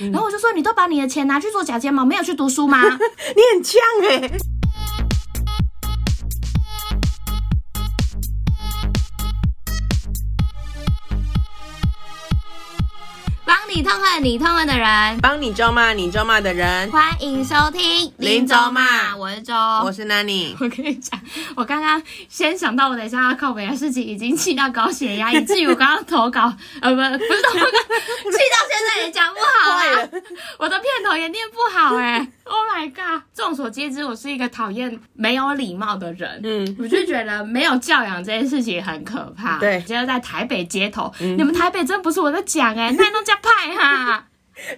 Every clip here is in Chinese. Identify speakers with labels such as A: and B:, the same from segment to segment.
A: 然后我就说，你都把你的钱拿去做假睫毛，没有去读书 吗？
B: 你很呛哎、
A: 帮你痛恨你痛恨的人，
B: 帮你咒骂你咒骂的人，
A: 欢迎收听
B: 林州骂
A: 我是周，
B: 我是 Nanny。
A: 我跟你讲，我刚刚先想到我等一下要靠北的事情，已经气到高血压，以至于我刚刚投稿，呃，不，不是投稿， 气到现在也讲不好
B: 坏
A: 啊
B: 了，
A: 我的片头也念不好哎、o h my god！众所皆知，我是一个讨厌没有礼貌的人。
B: 嗯，
A: 我就觉得没有教养这件事情很可怕。
B: 对
A: 今天在台北街头，你们台北真不是我在讲哎、那弄家派哈，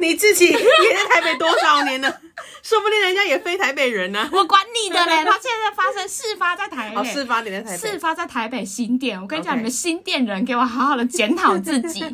B: 你自己也在台北多少年了？ 说不定人家也非台北人呢、
A: 我管你的嘞！他现在发生事发在台北，
B: 哦，事发点在台北。
A: 事发在台北新店，我跟你讲
B: OK
A: 你们新店人给我好好的检讨自 己。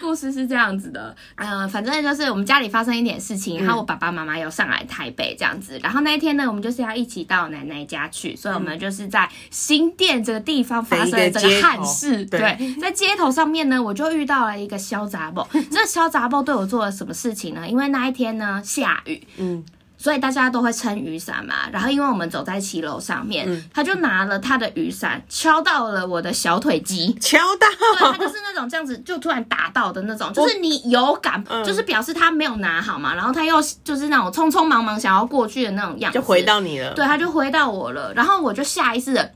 A: 故事是这样子的，呃，反正就是我们家里发生一点事
B: 嗯
A: 情，然后我爸爸妈妈有上来台北这样子，然后那一天呢，我们就是要一起到奶奶家去，所以我们就是在新店这个地方发生了这
B: 的一个街
A: 个
B: 头
A: 憾事。
B: 对
A: 对，在街头上面呢，我就遇到了一个肖杂 宝。这肖杂宝对我做了什么事情呢？因为那一天呢下雨，
B: 嗯，。
A: 所以大家都会撑雨伞嘛。然后因为我们走在骑楼上面，他就拿了他的雨伞敲到了我的小腿肌
B: 敲到
A: 对，他就是那种这样子就突然打到的那种，就是你有感，
B: 嗯
A: 就是表示他没有拿好嘛，然后他又就是那种匆匆忙忙想要过去的那种样子，
B: 就回到你了，
A: 对，他就回到我了，然后我就下意识的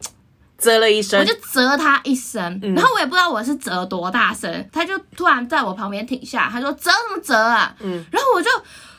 B: 啧了一
A: 我
B: 声嗯
A: 就，折他一声，然后我也不知道我是折多大声，他就突然在我旁边停下，他说折什么折啊？
B: 嗯
A: 然后我就。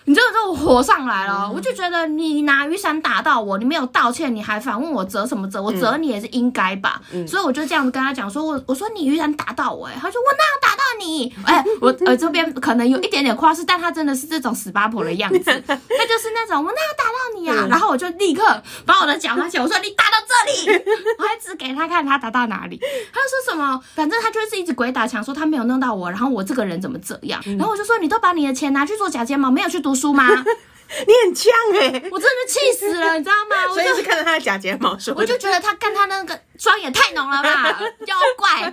A: 你知道，这我火上来了，我就觉得你拿雨伞打到我，你没有道歉，你还反问我折什么折？我折
B: 嗯
A: 你也是应该吧。所以我就这样子跟他讲说，我我说你雨伞打到我、欸，他说我哪有打到 你？哎、我呃这边可能有一点点夸饰，但他真的是这种死八婆的 样子，那就是那种我哪有打到你啊？
B: 嗯
A: 然后我就立刻把我的脚拿起来，我说你打到这里，我还指给他看他打到哪里。他说什么？反正他就是一直鬼打墙，说他没有弄到我，然后我这个人怎么这样？然后我就说你都把你的钱拿去做假睫毛，没有去读书吗？
B: 你很呛哎、
A: 我真的气死了，你知道吗？我
B: 所以
A: 就是
B: 看到他的假睫毛说的，
A: 我就觉得他干他那个妆也太浓了吧，妖怪！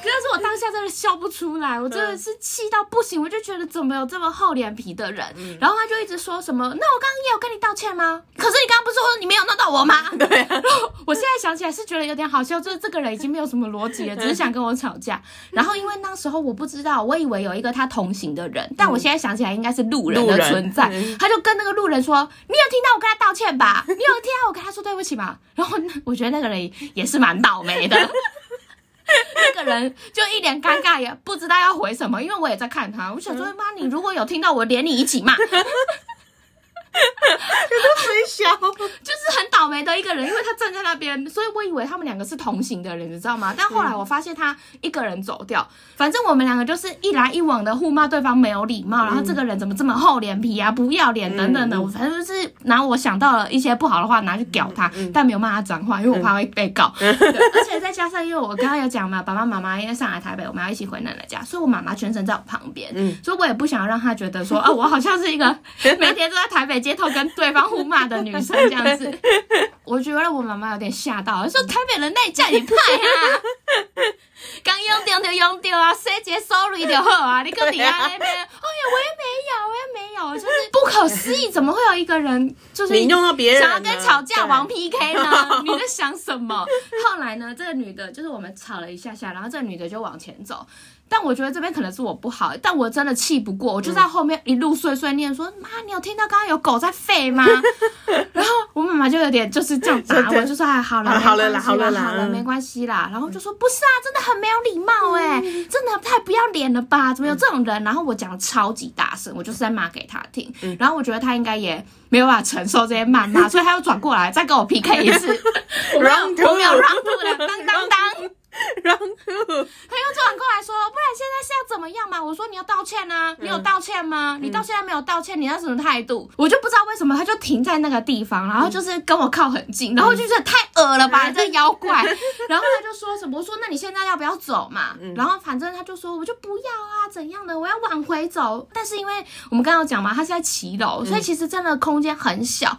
A: 可是我当下真的笑不出来，我真的是气到不行，我就觉得怎么有这么厚脸皮的人？然后他就一直说什么，那我刚刚也有跟你道歉吗？可是你刚刚不是说你没有弄到我吗？
B: 对啊，
A: 我现在想起来是觉得有点好笑，就是这个人已经没有什么逻辑了，
B: 嗯
A: 只是想跟我吵架。然后因为那时候我不知道，我以为有一个他同行的人，但我现在想起来应该是路人
B: 路
A: 的
B: 人
A: 存在
B: 嗯。
A: 他就跟那个路人说：“你有听到我跟他道歉 吧？你有听到我跟他说对不起吗？”然后那我觉得那个人也是蛮倒霉的。 那个人就一脸尴尬，也不知道要回什么，因为我也在看他。我想
B: 嗯
A: 说，妈，你如果有听到我，连你一起骂，
B: 吹箫，
A: 就是很倒霉的一个人，因为他站在那边，所以我以为他们两个是同行的人，你知道吗？但后
B: 嗯
A: 来我发现他一个人走掉，反正我们两个就是一来一往的互骂对方没有礼貌，然后这个人怎么这么厚脸皮啊，不要脸等等的，
B: 嗯
A: 我反正就是拿我想到了一些不好的话拿去屌他，
B: 嗯
A: 但没有骂他脏话，因为我怕会被告。对而且再加上，因为我刚刚有讲嘛，爸爸妈妈因为上来台北，我们要一起回奶奶家，所以我妈妈全程在我旁边，
B: 嗯
A: 所以我也不想让她觉得说，啊，我好像是一个每天都在台北街头跟对方互骂的女生这样 子。我觉得我妈妈有点吓到，说台北人那你叫你派啊，刚用掉就用掉啊，谁接 sorry 就好啊，你跟你啊那边，哎呀，我也没有，我也没有，就是不可思议，怎么会有一个人就是
B: 你用到别人
A: 想
B: 了，
A: 要跟吵架王
B: 对
A: PK 呢？ 你在想什么？后来呢，这个女的就是我们吵了一下下，然后这个女的就往前走。但我觉得这边可能是我不好，但我真的气不过，我就在后面一路碎碎念说：“妈，你有听到刚刚有狗在吠 吗？”然后我妈妈就有点就是这样打我，就说：“哎，好了，
B: 啊好了啦
A: 没关系啦
B: 好了啦
A: 好了，
B: 嗯
A: 没关系啦。”然后就说：“不是啊，真的很没有礼貌哎、
B: 嗯
A: 真的太不要脸了吧？怎么有这种人？”然后我讲得超级大声，我就是在骂给他听。
B: 嗯
A: 然后我觉得他应该也没有办法承受这些谩骂，所以他又转过来再跟我 PK 一 次。我没有，
B: Round two
A: 我没有 round two 了，当当当。
B: Round two
A: 他又转过来说，不然现在是要怎么样嘛？我说你要道歉啊，你有道歉吗？你到现在没有道歉，你那什么态度？我就不知道为什么他就停在那个地方，然后就是跟我靠很近，然后我就觉得太恶了吧，这妖怪。然后他就说什么，我说那你现在要不要走嘛？然后反正他就说我就不要啊，怎样的，我要往回走。但是因为我们刚刚有讲嘛，他是在骑楼，所以其实真的空间很小。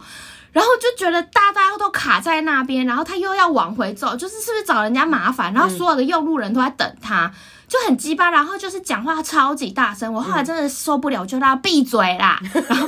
A: 然后就觉得大家都卡在那边，然后他又要往回走，就是是不是找人家麻烦？然后所有的右路人都在等他，就很鸡巴，然后就是讲话超级大声，我后来真的受不了，我就让他闭嘴啦，然后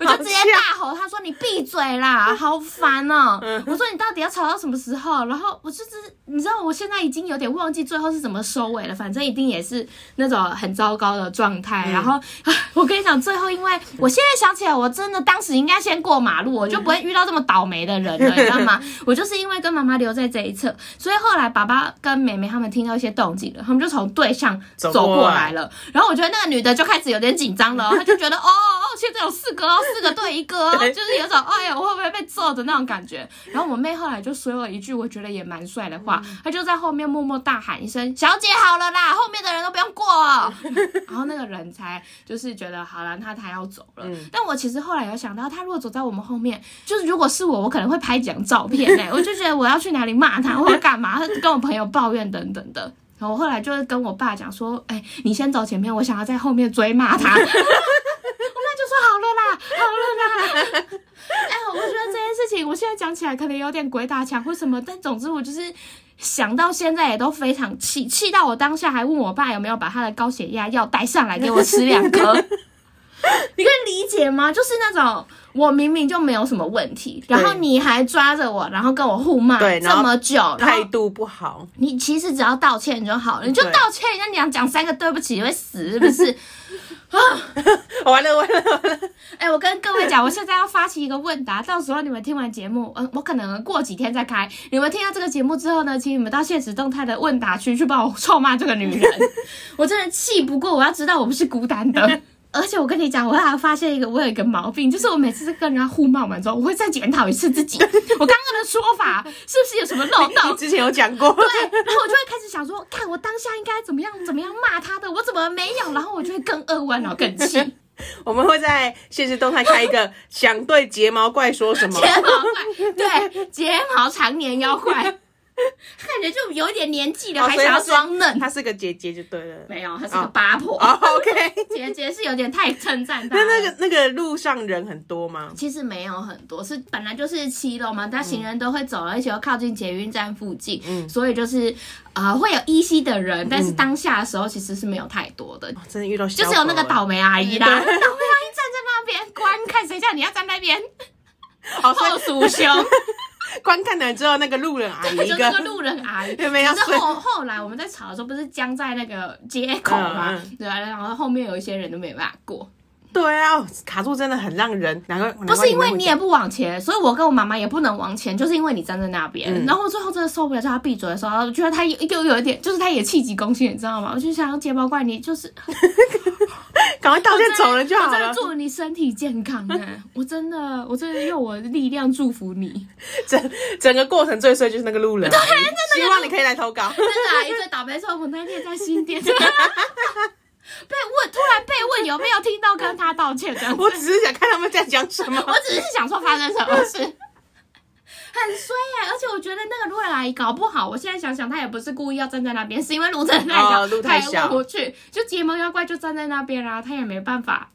A: 我就直接大吼他说你闭嘴啦，好烦哦、我说你到底要吵到什么时候？然后我就是你知道我现在已经有点忘记最后是怎么收尾了，反正一定也是那种很糟糕的状态。然后啊我跟你讲，最后因为我现在想起来，我真的当时应该先过马路，我就不会遇到这么倒霉的人了，你知道吗？我就是因为跟妈妈留在这一侧，所以后来爸爸跟妹妹他们听到一些动静了，他们就从对向
B: 走
A: 走
B: 过来
A: 过来了。然后我觉得那个女的就开始有点紧张 了，她就觉得哦哦，现在有四个哦，四个对一个哦，
B: 对
A: 就是有种哎呀，我会不会被揍的那种感觉。然后我妹后来就说了一句我觉得也蛮帅的话，
B: 嗯
A: 她就在后面默默大喊一声：“小姐好了啦，后面的人都不 用过哦。”然后那个人才就是觉得好了，那他要走
B: 嗯
A: 了。但我其实后来有想到，他如果走在我们后面，就是如果是我，我可能会拍几张照片呢、我就觉得我要去哪里骂他，或者干嘛，跟我朋友抱怨等等的。然后我后来就是跟我爸讲说，哎、你先走前面，我想要在后面追骂他。 我爸就说好了啦，好了啦。哎，我觉得这件事情我现在讲起来可能有点鬼打墙或什么，但总之我就是想到现在也都非常气，气到我当下还问我爸有没有把他的高血压药带上来给我吃两颗。 你可以理解吗？就是那种我明明就没有什么问题，然后
B: 对
A: 你还抓着我，然后跟我互骂
B: 对
A: 这
B: 然后
A: 么久，然后
B: 态度不好，
A: 你其实只要道歉就好了，你就
B: 对
A: 道歉，人家讲讲三个对不起你会死是不是？
B: 哦完了完了完了，
A: 哎、我跟各位讲，我现在要发起一个问答，到时候你们听完节目，嗯、我可能过几天再开。你们听到这个节目之后呢，请你们到现实动态的问答区去帮我臭骂这个女人，我真的气不过，我要知道我不是孤单的。而且我跟你讲，我还发现一个，我有一个毛病，就是我每次跟人家互骂完之后，我会再检讨一次自己，我刚刚的说法是不是有什么漏洞
B: 你？之前有讲 过，
A: 对，然后我就会开始想说，看我当下应该怎么样怎么样骂他的，我怎么没有？然后我就会更扼腕，然后更 气。
B: 我们会在现实动态开一个想对睫毛怪说什么
A: 睫，毛怪，对，睫毛常年妖怪， 看着就有一点年纪了，
B: 哦
A: 还
B: 所以
A: 想
B: 他
A: 要
B: 是
A: 装嫩。
B: 她是个姐姐就对了。
A: 没有，她是个八婆。
B: 哦，OK，
A: 姐姐是有点太称赞她
B: 那
A: 了。
B: 那个那个路上人很多吗？
A: 其实没有很多，是本来就是七楼嘛，但
B: 嗯
A: 行人都会走了，而且又靠近捷运站附近，所以就是呃会有依稀的人，
B: 嗯
A: 但是当下的时候其实是没有太多的，
B: 哦真的遇到小
A: 就是有那个
B: 狗了
A: 倒霉阿
B: 嗯
A: 姨啦，倒霉阿姨站在那边观看，谁叫你要站那边
B: 哦，所
A: 后鼠 凶，
B: 以观看的人知道那个路人阿姨一
A: 就那个
B: 个，
A: 路人阿姨。
B: 对没 有
A: 可是后后来我们在吵的时候，不是僵在那个街口嘛
B: 嗯？
A: 对啊，然后后面有一些人都没办法过，
B: 对啊，哦卡住真的很让人难怪。
A: 不
B: 不
A: 是因为你也不往前，所以我跟我妈妈也不能往前，就是因为你站在那边。
B: 嗯
A: 然后最后真的受不了，叫她闭嘴的时候，然后我觉得她又有一点，就是她也气急攻心，你知道吗？我就想要睫毛怪你， 就是
B: 赶快道歉走人就好
A: 我真的
B: 了，
A: 祝你身体健康哎、我真的，我真的用我的力量祝福你。
B: 整整个过程最衰就是那个路人阿姨，希望你可以来投稿。
A: 真的、啊，一对倒霉说，我那天在新店。 被问，突然被问有没有听到跟他道歉的，
B: 我只是想看他们在讲什么。
A: 我只是想说发生什么事，很衰呀、而且我觉得那个路人阿姨搞不好，我现在想想，她也不是故意要站在那边，是因为路真的太小，
B: 哦路
A: 她
B: 太
A: 也
B: 小
A: 过不去，就睫毛妖怪就站在那边啦、她也没办法。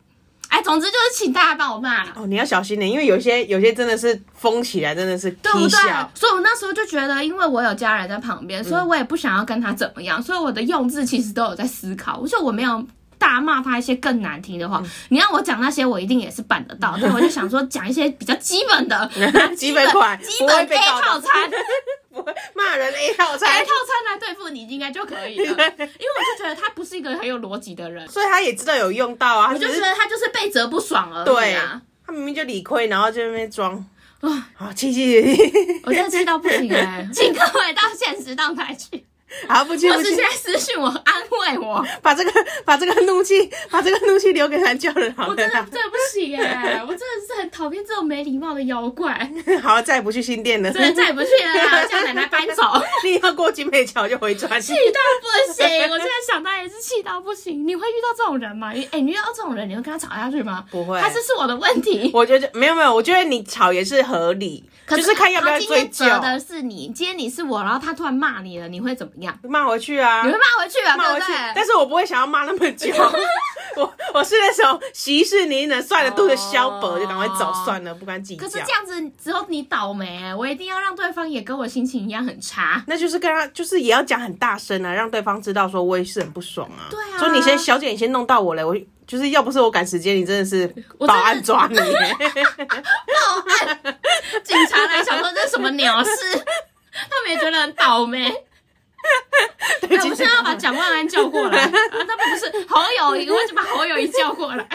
A: 哎，总之就是请大家帮我骂了。
B: 哦，你要小心点，因为有些有些真的是疯起来，真的是
A: 对不
B: 踢
A: 对
B: 笑？。嗯
A: 所以我那时候就觉得，因为我有家人在旁边，所以我也不想要跟他怎么样，所以我的用字其实都有在思考。我说我没有。大骂他一些更难听的话，
B: 嗯
A: 你让我讲那些，我一定也是办得到。但我就想说，讲一些比较基本 的，
B: 基本款
A: 基
B: 不
A: 本
B: 会
A: A
B: 被告
A: 套
B: 的，
A: 餐 哎
B: 不会骂人 A 套
A: ，A 套。
B: 餐
A: 餐来对付你应该就可 以了。因为我就觉得他不是一个很有逻辑的人，
B: 所以他也知道有用到啊，
A: 我
B: 他
A: 就
B: 只
A: 觉
B: 是
A: 得他就是被责不爽而已
B: 对
A: 啊。，
B: 他明明就理亏，然后就在那边装
A: 哦
B: 啊，气气气，
A: 我真的气到不行哎、请各 位到现实动态去，
B: 好不气
A: 或
B: 不
A: 是
B: 气
A: 现，在私信我安慰我。
B: 把这个把这个怒气把这个怒气留给蓝教人好
A: 我
B: 了
A: 真的
B: 啦，
A: 对不起哎、我真的是很讨厌这种没礼貌的妖怪，
B: 好了，再也不去新店了，
A: 真的再也不去了 啦，叫奶奶搬走，
B: 你要过金美桥就回转，
A: 气到不行。我现在想他也是气到不行。你会遇到这种人吗？你哎、你遇到这种人，你会跟他吵下去吗？
B: 不会
A: 还是是我的问题？
B: 我觉得没有没有，我觉得你吵也是合理，
A: 可
B: 就是看要不要
A: 他今
B: 追
A: 天
B: 究
A: 责，的是你，今天你是我，然后他突然骂你了，你会怎么样？
B: 骂回去啊
A: 你会，骂回去啊，
B: 骂
A: 对
B: 回
A: 不
B: 去，
A: 对？
B: 但是我不会想要骂那么久，我我是那种息事宁人，算了，肚子消薄
A: 哦
B: 就赶快走算了，不敢计较
A: 可是。这样子只有你倒霉、我一定要让对方也跟我心情一样很差。
B: 那就是跟他，就是也要讲很大声啊，让对方知道说我也是很不爽啊。
A: 对啊
B: 说你先小姐，你先弄到我了，我就是要不是我赶时间，你真的是保安抓 你。
A: 警察来想说这是什么鸟事，他们也觉得很倒霉。哎我们现在要把蒋万安叫过来， 啊那不是侯友谊，为什么把侯友谊叫过来？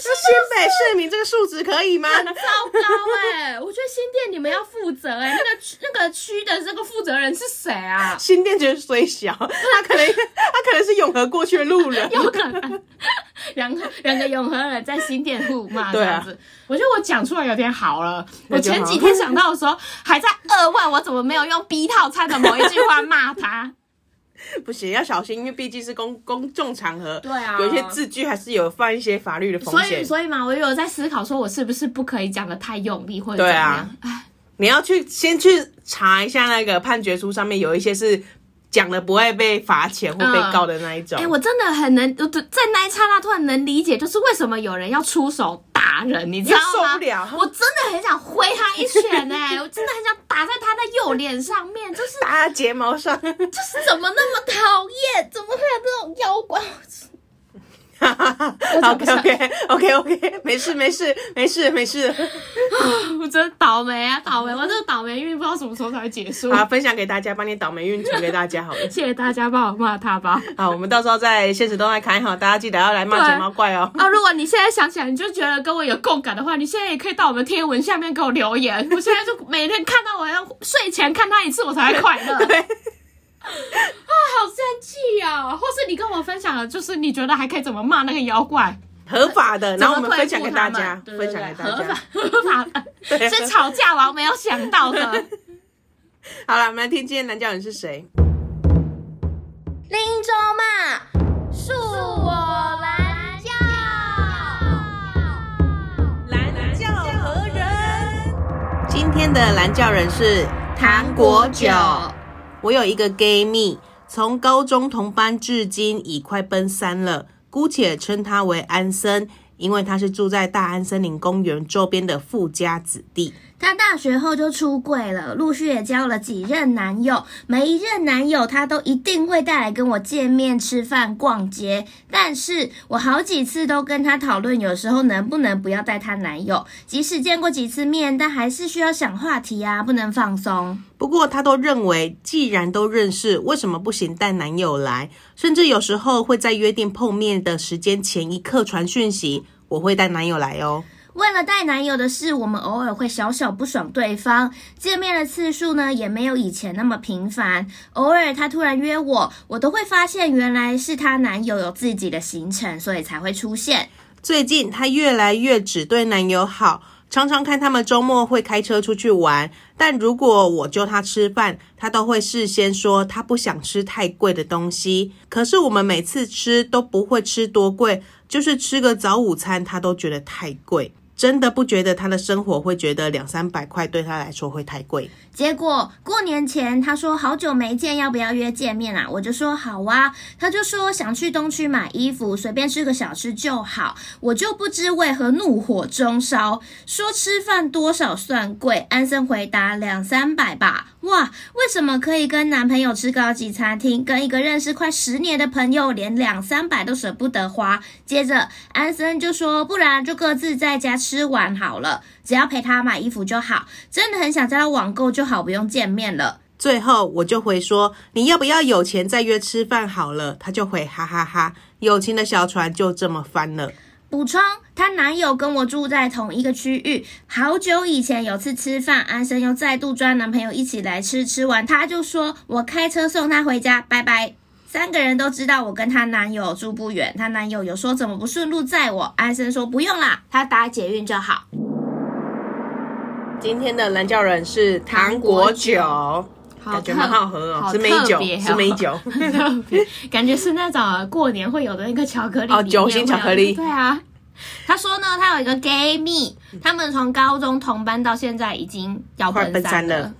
B: 是新北市民这个数值可以吗？
A: 糟糕哎、我觉得新店你们要负责哎、那个区那个区的这个负责人是谁啊？
B: 新店觉得虽小，他可能他可能是永和过去的路人。
A: 有可能两个两个永和人在新店互骂这样子，我觉得我讲出来有点好了。啊我
B: 那就好
A: 前几天想到的时候，还在扼腕，我怎么没有用 B 套餐的某一句话骂他？
B: 不行，要小心，因为毕竟是公公众场合，
A: 对啊
B: 有一些字句还是有犯一些法律的风
A: 所以
B: 险。
A: 所以嘛，我有在思考，说我是不是不可以讲的太用力或者怎么
B: 对啊
A: 样？哎、
B: 你要去先去查一下那个判决书上面有一些是讲了不会被罚钱或被告的那一种。
A: 哎我真的很能，我在那一刹那突然能理解，就是为什么有人要出手打人，你知道
B: 因为
A: 吗？
B: 受不了
A: 我真的很想挥他一 拳哎、我真的很想打在他的右脸上面，就是
B: 打他睫毛上，
A: 就是怎么那么讨厌？怎么会有这种妖怪？讲不
B: OK
A: 下
B: OK OK OK，没事没事没事没事，
A: 我真的倒霉啊，倒霉！我这个倒霉运不知道什么时候才会结束。
B: 好，分享给大家，把你倒霉运传给大家好了。
A: 谢谢大家帮我骂他吧。
B: 好，我们到时候在现实动态看好，大家记得要来骂睫毛 怪哦。
A: 啊，如果你现在想起来，你就觉得跟我有共感的话，你现在也可以到我们贴文下面给我留 言。我现在就每天看到我要睡前看他一次，我才会快乐。啊，
B: 对，
A: 好生气啊！或是你跟我分享的，就是你觉得还可以怎么骂那个妖怪，
B: 合法的， 然后我们
A: 怎么对
B: 分
A: 付
B: 享给
A: 他
B: 大
A: 们
B: 家，
A: 对对
B: 分
A: 对
B: 享给大
A: 合
B: 家
A: 法。合法的，
B: 对
A: 是吵架王没有想到的。
B: 好了，我们来听今天男教人是谁。
C: 林州骂，恕我蓝教。
B: 蓝教何人？今天的蓝教人是唐国九。我有一个 gay 蜜，从高中同班至今已快奔三了，姑且称他为安生，因为他是住在大安森林公园周边的富家子弟。
C: 她大学后就出柜了，陆续也交了几任男友，每一任男友她都一定会带来跟我见面、吃饭、逛街。但是我好几次都跟她讨论，有时候能不能不要带她男友，即使见过几次面，但还是需要想话题啊，不能放松。
B: 不过他都认为，既然都认识，为什么不行带男友来？甚至有时候会在约定碰面的时间前一刻传讯息，我会带男友来哦。
C: 为了带男友的事，我们偶尔会小小不爽对方，见面的次数呢也没有以前那么频繁。偶尔他突然约我，我都会发现原来是她男友有自己的行程，所以才会出现。
B: 最近她越来越只对男友好，常常看他们周末会开车出去玩。但如果我揪她吃饭，她都会事先说她不想吃太贵的东西。可是我们每次吃都不会吃多贵，就是吃个早午餐，她都觉得太贵。真的不觉得她的生活会觉得两三百块对她来说会太贵。
C: 结果过年前，他说好久没见，要不要约见面啊？我就说好啊。他就说想去东区买衣服，随便吃个小吃就好。我就不知为何怒火中烧，说吃饭多少算贵？安森回答两三百吧。哇，为什么可以跟男朋友吃高级餐厅，跟一个认识快十年的朋友连两三百都舍不得花？接着安森就说，不然就各自在家吃完好了，只要陪他买衣服就好。真的很想叫他网购就好，不用见面了。
B: 最后我就回说：“你要不要有钱再约吃饭好了？”她就回：“哈哈哈友情的小船就这么翻了。”
C: 补充，她男友跟我住在同一个区域，好久以前有次吃饭，安生又再度抓男朋友一起来吃，吃完她就说我开车送她回家，拜拜。 三个人都知道我跟她男友住不远，她男友有说怎么不顺路载我，安生说不用啦，他搭捷运就好。
B: 今天的蓝教人是糖果酒， 感觉蛮好喝哦，
A: 好
B: 是美
A: 特
B: 酒，
C: 啊
A: 别哦
B: 是美 酒。
A: 特别感觉是那种过年会有的那个巧克力
B: 哦
A: 里面
B: 酒
A: 会有
B: 心巧克
C: 嗯
B: 力
A: 对啊，
C: 她说呢，她有一个
B: 嗯
C: gay 蜜，他们从高中同班到现在已经要
B: 快
A: 奔
B: 奔三
A: 了。
B: 了
D: 嗯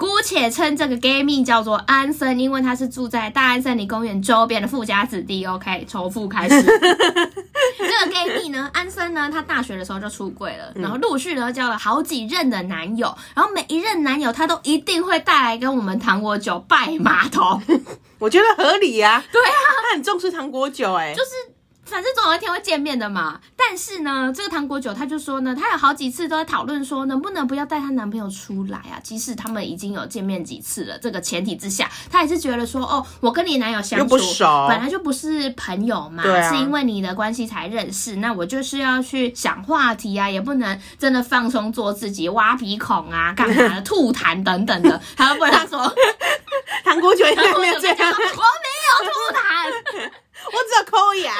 C: 姑且称这个 gay 蜜叫做安森，因为他是住在大安森林公园周边的富家子弟。OK，重复 开始。这个 gay 蜜呢，安森呢，他大学的时候就出柜了，
B: 嗯
C: 然后陆续呢交了好几任的男友，然后每一任男友他都一定会带来跟我们糖果酒拜码头，
B: 我觉得合理呀、啊。
C: 对啊，
B: 他很重视糖果酒、哎，
C: 就是。反正总有一天会见面的嘛，但是呢，这个糖果酒他就说呢，他有好几次都在讨论说，能不能不要带她男朋友出来啊？即使他们已经有见面几次了，这个前提之下，他还是觉得说，哦，我跟你男友相
B: 又
C: 处
B: 不熟
C: 本来就不是朋友嘛，
B: 对啊
C: 是因为你的关系才认识。那我就是要去想话题啊，也不能真的放松做自己，挖鼻 孔啊，干嘛的，吐痰等等的，还要不然他说，
B: 糖果酒应
C: 然
B: 该
C: 后我
B: 没有
C: 就
B: 这
C: 跟他
B: 样
C: 说，我没，有吐痰。
B: 我只有抠
C: 啊
B: 牙。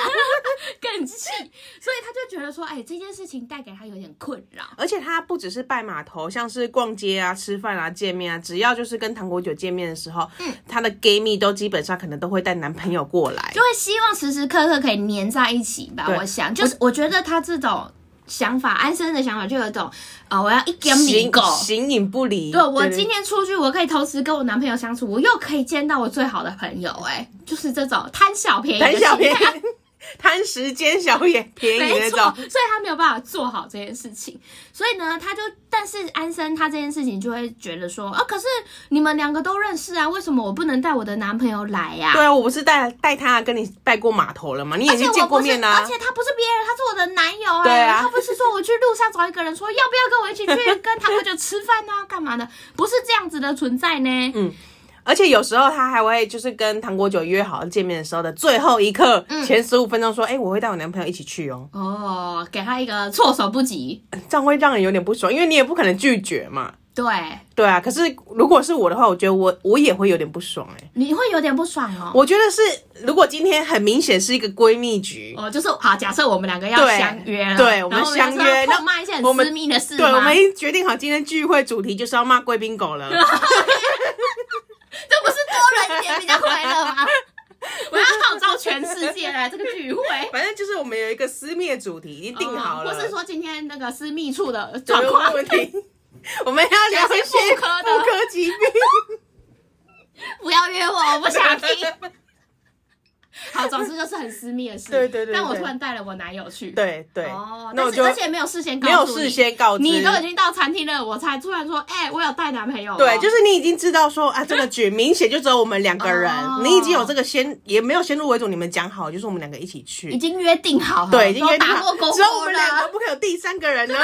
C: 更气， 所以他就觉得说，哎、这件事情带给他有点困扰。
B: 而且他不只是拜码头，像是逛街啊、吃饭啊、见面啊，只要就是跟糖果酒见面的时候，
C: 嗯
B: 他的 gay 蜜都基本上可能都会带男朋友过来
C: 就。会希望时时刻刻可以黏在一起吧。
B: 对
C: 我想，就是我觉得他这种想法，安生的想法就有一种，呃，我要一点米
B: 形
C: 狗。
B: 形影不离。
C: 对我今天出去，我可以同时跟我男朋友相处，我又可以见到我最好的朋友、哎，就是这种贪小便宜的
B: 贪
C: 心态，
B: 小便宜，贪时间小眼便宜
C: 没
B: 那
C: 错，
B: 种。
C: 所以他没有办法做好这件事情，所以呢，他就但是安生他这件事情就会觉得说，啊，可是你们两个都认识啊，为什么我不能带我的男朋友来呀、
B: 对啊，我不是带带他跟你拜过码头了吗？你也
C: 而且
B: 是
C: 我
B: 见过
C: 不是，
B: 面啊啦、
C: 而且他不是别人，他是我的男友、哎，
B: 对啊
C: 他不是说我去路上找一个人说要不要跟我一 起去跟他们就吃饭啊，干嘛的？不是这样子的存在呢。
B: 嗯而且有时候他还会就是跟糖果酒约好见面的时候的最后一刻，
C: 嗯
B: 前十五分钟说：“哎、我会带我男朋友一起去哦。
C: 哦，给他一个措手不及。”
B: 这样会让人有点不爽，因为你也不可能拒绝嘛。
C: 对，
B: 对啊，可是如果是我的话，我觉得我我也会有点不爽哎、
C: 你会有点不爽哦。
B: 我觉得是，如果今天很明显是一个闺蜜局，
C: 哦，就是好，假设我们两个要
B: 对
C: 相约了，
B: 对我们
C: 然后
B: 相约
C: 要
B: 那
C: 痛骂一些很
B: 我们
C: 私密的事
B: 对，我
C: 吗
B: 们已经决定好今天聚会主题就是要骂贵宾狗 了。
C: 这不是多人一点比较快乐吗？ 我要号召全世界来这个聚会。
B: 反正就是我们有一个私密的主题已经 定好了，
C: 哦或是说今天那个私密处的
B: 有
C: 状
B: 没有
C: 况，
B: 问 题？我们要聊一些
C: 有些妇科的
B: 妇科疾病。
C: 不要约我，我不想听。 好，总之就是很私密的事。
B: 对对对
C: 但我
B: 对
C: 突然带了我男友去。。
B: 对对，
C: 哦，
B: 那
C: 但
B: 我
C: 是
B: 就
C: 而且没有事先告
B: 没有
C: 诉
B: 事
C: 你，
B: 先告知，
C: 你都已经到餐厅了，我才突然说，哎、我有带男朋友哦。
B: 对，就是你已经知道说啊，这个局明显就只有我们两个人，
C: 哦
B: 你已经有这个先，也没有先入为主，你们讲好就是我们两个一起
C: 已
B: 去，
C: 经约定好了，
B: 对，已经约定
C: 哦都打过
B: 好，
C: 勾
B: 只有我
C: 勾
B: 们两个
C: 了。
B: 不可以有第三个人呢。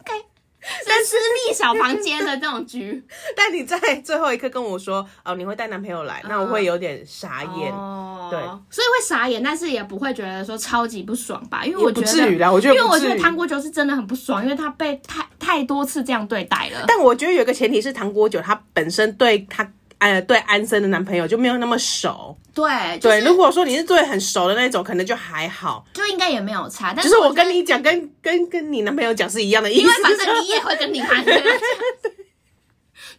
C: OK，是 私密小房间的这种局。
B: 但你在最后一刻跟我说哦，你会带男朋友来，那我会有点傻眼，
C: 嗯哦
B: 对，
C: 所以会傻眼，但是也不会觉得说超级不爽吧，因为我觉得
B: 也不至于啦我觉得
C: 因为
B: 不
C: 我
B: 至于
C: 觉得糖果酒是真的很不爽，因为他被太太多次这样对待了。
B: 但我觉得有一个前提是糖果酒他本身对他。呃，对安生的男朋友就没有那么熟，
C: 对，就
B: 对。
C: 是
B: 如果说你是对很熟的那种，可能就还好。
C: 就应该也没有差，但
B: 就是是我
C: 觉得
B: 跟，你讲，跟跟跟你男朋友讲是一样的意思。
C: 因为反正你也会跟你 男朋友讲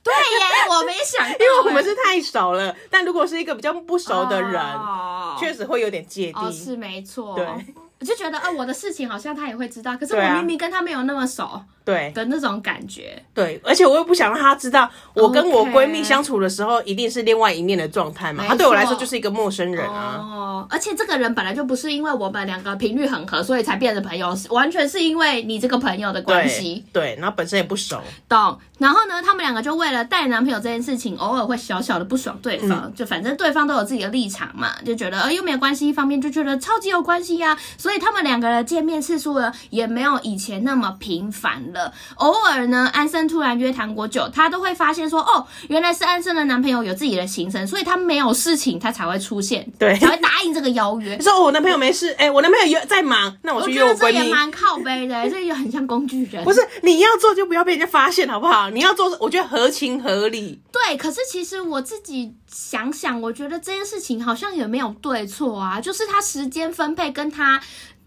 C: 对耶，我没想到耶，
B: 因为我们是太熟了，但如果是一个比较不熟的人，
C: 哦
B: 确、实会有点芥蒂。
C: 哦是没错，
B: 对。
C: 我就觉得，哦，我的事情好像他也会知道，可是
B: 对
C: 我
B: 啊
C: 明明跟他没有那么熟
B: 对
C: 的那种感觉。
B: 对，而且我又不想让他知道，我跟我
C: OK
B: 闺蜜相处的时候一定是另外一面的状态嘛。
C: 没
B: 他对我来说
C: 错
B: 就是一个陌生人啊。
C: 哦，而且这个人本来就不是因为我们两个频率很合，所以才变成朋友，是完全是因为你这个朋友的关
B: 对
C: 系，
B: 对，然后本身也不熟，
C: 懂？然后呢，他们两个就为了带男朋友这件事情，偶尔会小小的不爽对方，
B: 嗯
C: 就反正对方都有自己的立场嘛，就觉得呃又没有关系，一方面就觉得超级有关系呀、所以他们两个的见面次数呢也没有以前那么频繁了。偶尔呢，安生突然约糖果酒，她都会发现说，哦，原来是安生的男朋友有自己的行程，所以他没有事情，他才会出现，
B: 对
C: 才会答应这个邀约
B: 你。说、哦、我男朋友没事，哎、我男朋友有在忙， 那我去
C: 觉
B: 约我
C: 得
B: 闺
C: 这也
B: 蜜。
C: 蛮靠背的，这也很像工具人。
B: 不是你要做就不要被人家发现，好不好？你要做，我觉得合情合理。
C: 对，可是其实我自己想想，我觉得这件事情好像也没有对错啊，就是他时间分配跟他。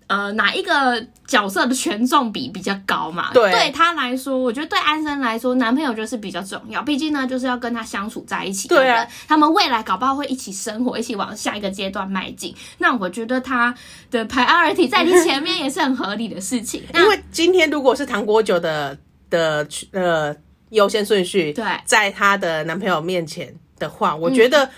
C: 呃，哪一个角色的权重比比较高嘛？
B: 对
C: 他来说，我觉得对安生来说，男朋友就是比较重要，毕竟呢，就是要跟他相处在一起的人。
B: 对啊
C: 他们未来搞不好会一起生活，一起往下一个阶段迈进。那我觉得他的 priority 在你 前面也是很合理的事情。那
B: 因为今天如果是糖果酒的的呃优先顺序，
C: 对
B: 在她的男朋友面前的话，我觉
C: 嗯
B: 得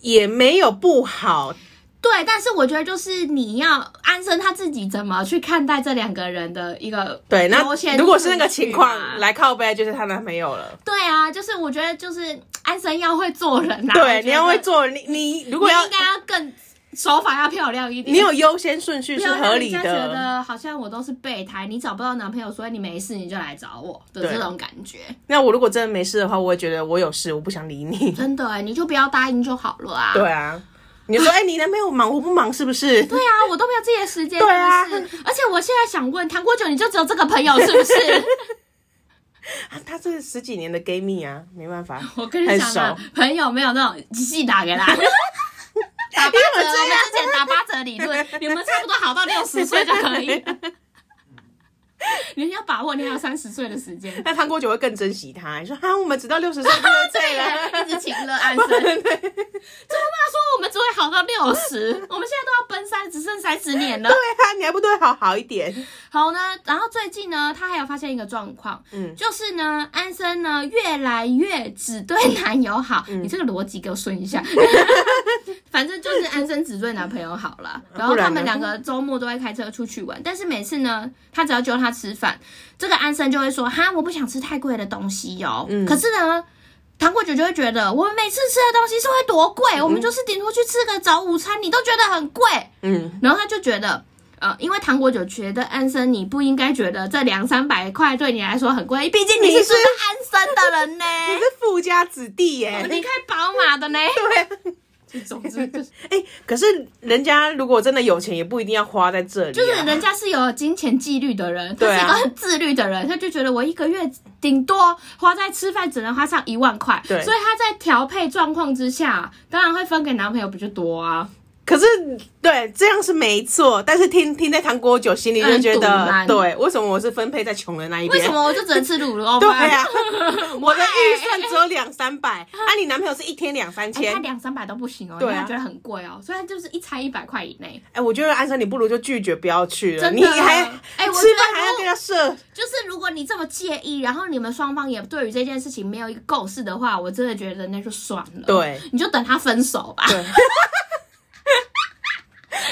B: 也没有不好。
C: 对，但是我觉得就是你要安生他自己怎么去看待这两个人的一个
B: 对，那
C: 优先
B: 如果是那个
C: 顺序
B: 情况
C: 嘛
B: 来靠背，就是她男朋友了。
C: 对啊，就是我觉得就是安生要会做人啊，我觉
B: 对，
C: 得
B: 你要会，做，你你如
C: 如
B: 果要
C: 应该要更手法要漂亮一点，
B: 你有优先顺序
C: 不
B: 是
C: 要让
B: 合理
C: 人家觉
B: 的。
C: 得好像我都是备胎，你找不到男朋友，所以你没事你就来找我的
B: 对
C: 这种感觉，
B: 那我如果真的没事的话，我也觉得我有事，我不想理你。
C: 真的欸，你就不要答应就好了啊。
B: 对啊，你就说哎、你男朋友忙，我不忙，是不是？
C: 对啊，我都没有自己的时间，
B: 对啊
C: 是不是？而且我现在想问，谈过久你就只有这个朋友是 不是？
B: 啊，他这十几年的 gay 蜜啊，没办法，
C: 我跟你讲啊
B: 很，
C: 朋友没有那种细打给他。 打八折，我们之前打八折理论，你们差不多好到六十岁就可以了。你要把握，你还有三十岁的时间。
B: 那唐国九会更珍惜他。你说哈，我们直到六十岁就会 这样。
C: 啊一直请乐安生。怎么办？说我们只会好到六十，我们现在都要奔三，只剩三十年了
B: 对。啊，你还不对好好一点？
C: 好呢，然后最近呢，他还有发现一个状况，
B: 嗯
C: 就是呢，安生呢越来越只对男友好，
B: 嗯
C: 你这个逻辑给我顺 一下。反正就是安生只对男朋友好了，然
B: 啊不
C: 后
B: 然呢
C: 他们两个周末都会开车出去玩，但是每次呢，他只要揪他吃饭，这个安生就会说：“哈，我不想吃太贵的东西哟、
B: 嗯
C: 可是呢。糖果姐就会觉得，我们每次吃的东西是会多贵，我们就是顶多去吃个早午餐，你都觉得很贵。
B: 嗯，
C: 然后他就觉得，呃，因为糖果酒觉得安生你不应该觉得这两三百块对你来说很贵，毕竟你
B: 你
C: 是
B: 是
C: 住在安生的人呢，
B: 你是富家子弟耶、
C: 你开宝马的呢。
B: 对啊，
C: 总之就是，
B: 哎、可是人家如果真的有钱，也不一定要花在这里、啊。
C: 就是人家是有金钱纪律的人，他
B: 对
C: 是
B: 啊
C: 一个很自律的人，他就觉得我一个月顶多花在吃饭只能花上一万块，所
B: 对
C: 以他在调配状况之下，当然会分给男朋友不就多啊？
B: 可是对这样是没错，但是听听在唐国九心里就觉
C: 嗯很堵
B: 得
C: 然，
B: 对，为什么我是分配在穷人那一边？
C: 为什么我就只能吃卤 肉
B: 对啊
C: 饭？
B: 呀、我的预算只有两三百，啊，你男朋友是一天两三
C: 哎，
B: 千
C: 他，两三百都不行哦，因
B: 对啊
C: 为他觉得很贵哦，所以他就是一餐一百块以内。
B: 哎、我觉得安生你不如就拒绝不要去了，
C: 真的
B: 你还
C: 哎我
B: 吃
C: 觉
B: 饭
C: 得
B: 还要
C: 我
B: 跟他 设，
C: 就是如果你这么介意，然后你们双方也对于这件事情没有一个共识的话，我真的觉得那就算了。
B: 对，
C: 你就等他分手吧，
B: 对，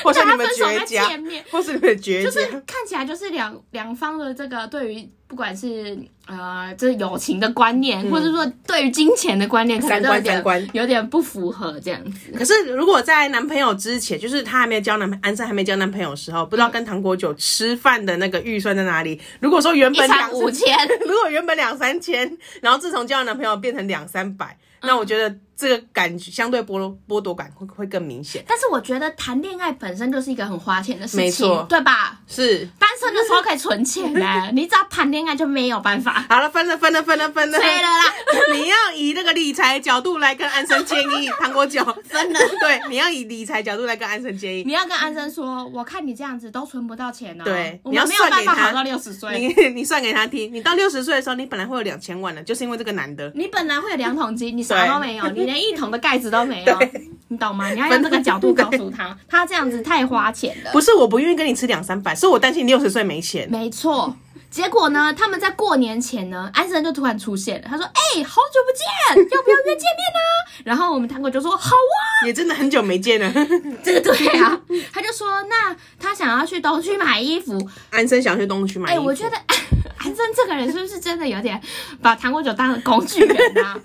B: 或是
C: 等
B: 你
C: 他
B: 们
C: 分手
B: 绝
C: 再
B: 交
C: 见，面。
B: 或是你们绝
C: 就是
B: 交，
C: 看起来就是两两方的这个对于不管是呃这友情的观念，或者说对于金钱的观念，可能
B: 嗯三观
C: 都有点
B: 三观
C: 有点不符合这样子。
B: 可是如果在男朋友之前，就是她还没有交男朋安生还没交男朋友的时候，
C: 嗯
B: 不知道跟糖果酒吃饭的那个预算在哪里。如果说原
C: 一
B: 本
C: 餐
B: 两
C: 五千，
B: 如果原本两三千，然后自从交了男朋友变成两三百，
C: 嗯
B: 那我觉得这个感觉相对剥夺剥夺感会会更明显。
C: 但是我觉得谈恋爱本身就是一个很花钱的事情，
B: 没错
C: 对吧？
B: 是，
C: 单身的时候可以存钱呢、 你只要谈恋爱就没有办法。
B: 好了，分了，分了，分了，分了。
C: 对了啦，
B: 你要以那个理财角度来跟安生建 议糖果酒分了。 对，你要以理财角度来跟安生建议。
C: 你要跟安生说，我看你这样子都存不到钱呢、
B: 对
C: 我
B: 你要
C: 们没有
B: 算
C: 办
B: 给
C: 法
B: 他
C: 好到六十岁。
B: 你你算给他听，你到六十岁的时候，你本来会有两千万的，就是因为这个男的。
C: 你本来会有两桶金，你啥
B: 对
C: 都没有，你连一桶的盖子都没有
B: 对，
C: 你懂吗？你要用这个角度告诉他，他这样子太花钱了。
B: 不是我不愿意跟你吃两三百，是我担心你六十岁没钱。
C: 没错，结果呢，他们在过年前呢，安生就突然出现了，他说：“哎、好久不见，要不要约见面呢、然后我们糖果就说：“好啊。”
B: 也真的很久没见了。
C: 这个对啊，他就说：“那他想要去东区买衣服，
B: 安生想要去东区买
C: 哎、
B: 衣服，
C: 我觉得安生这个人是不是真的有点把糖果酒当成工具人 啊？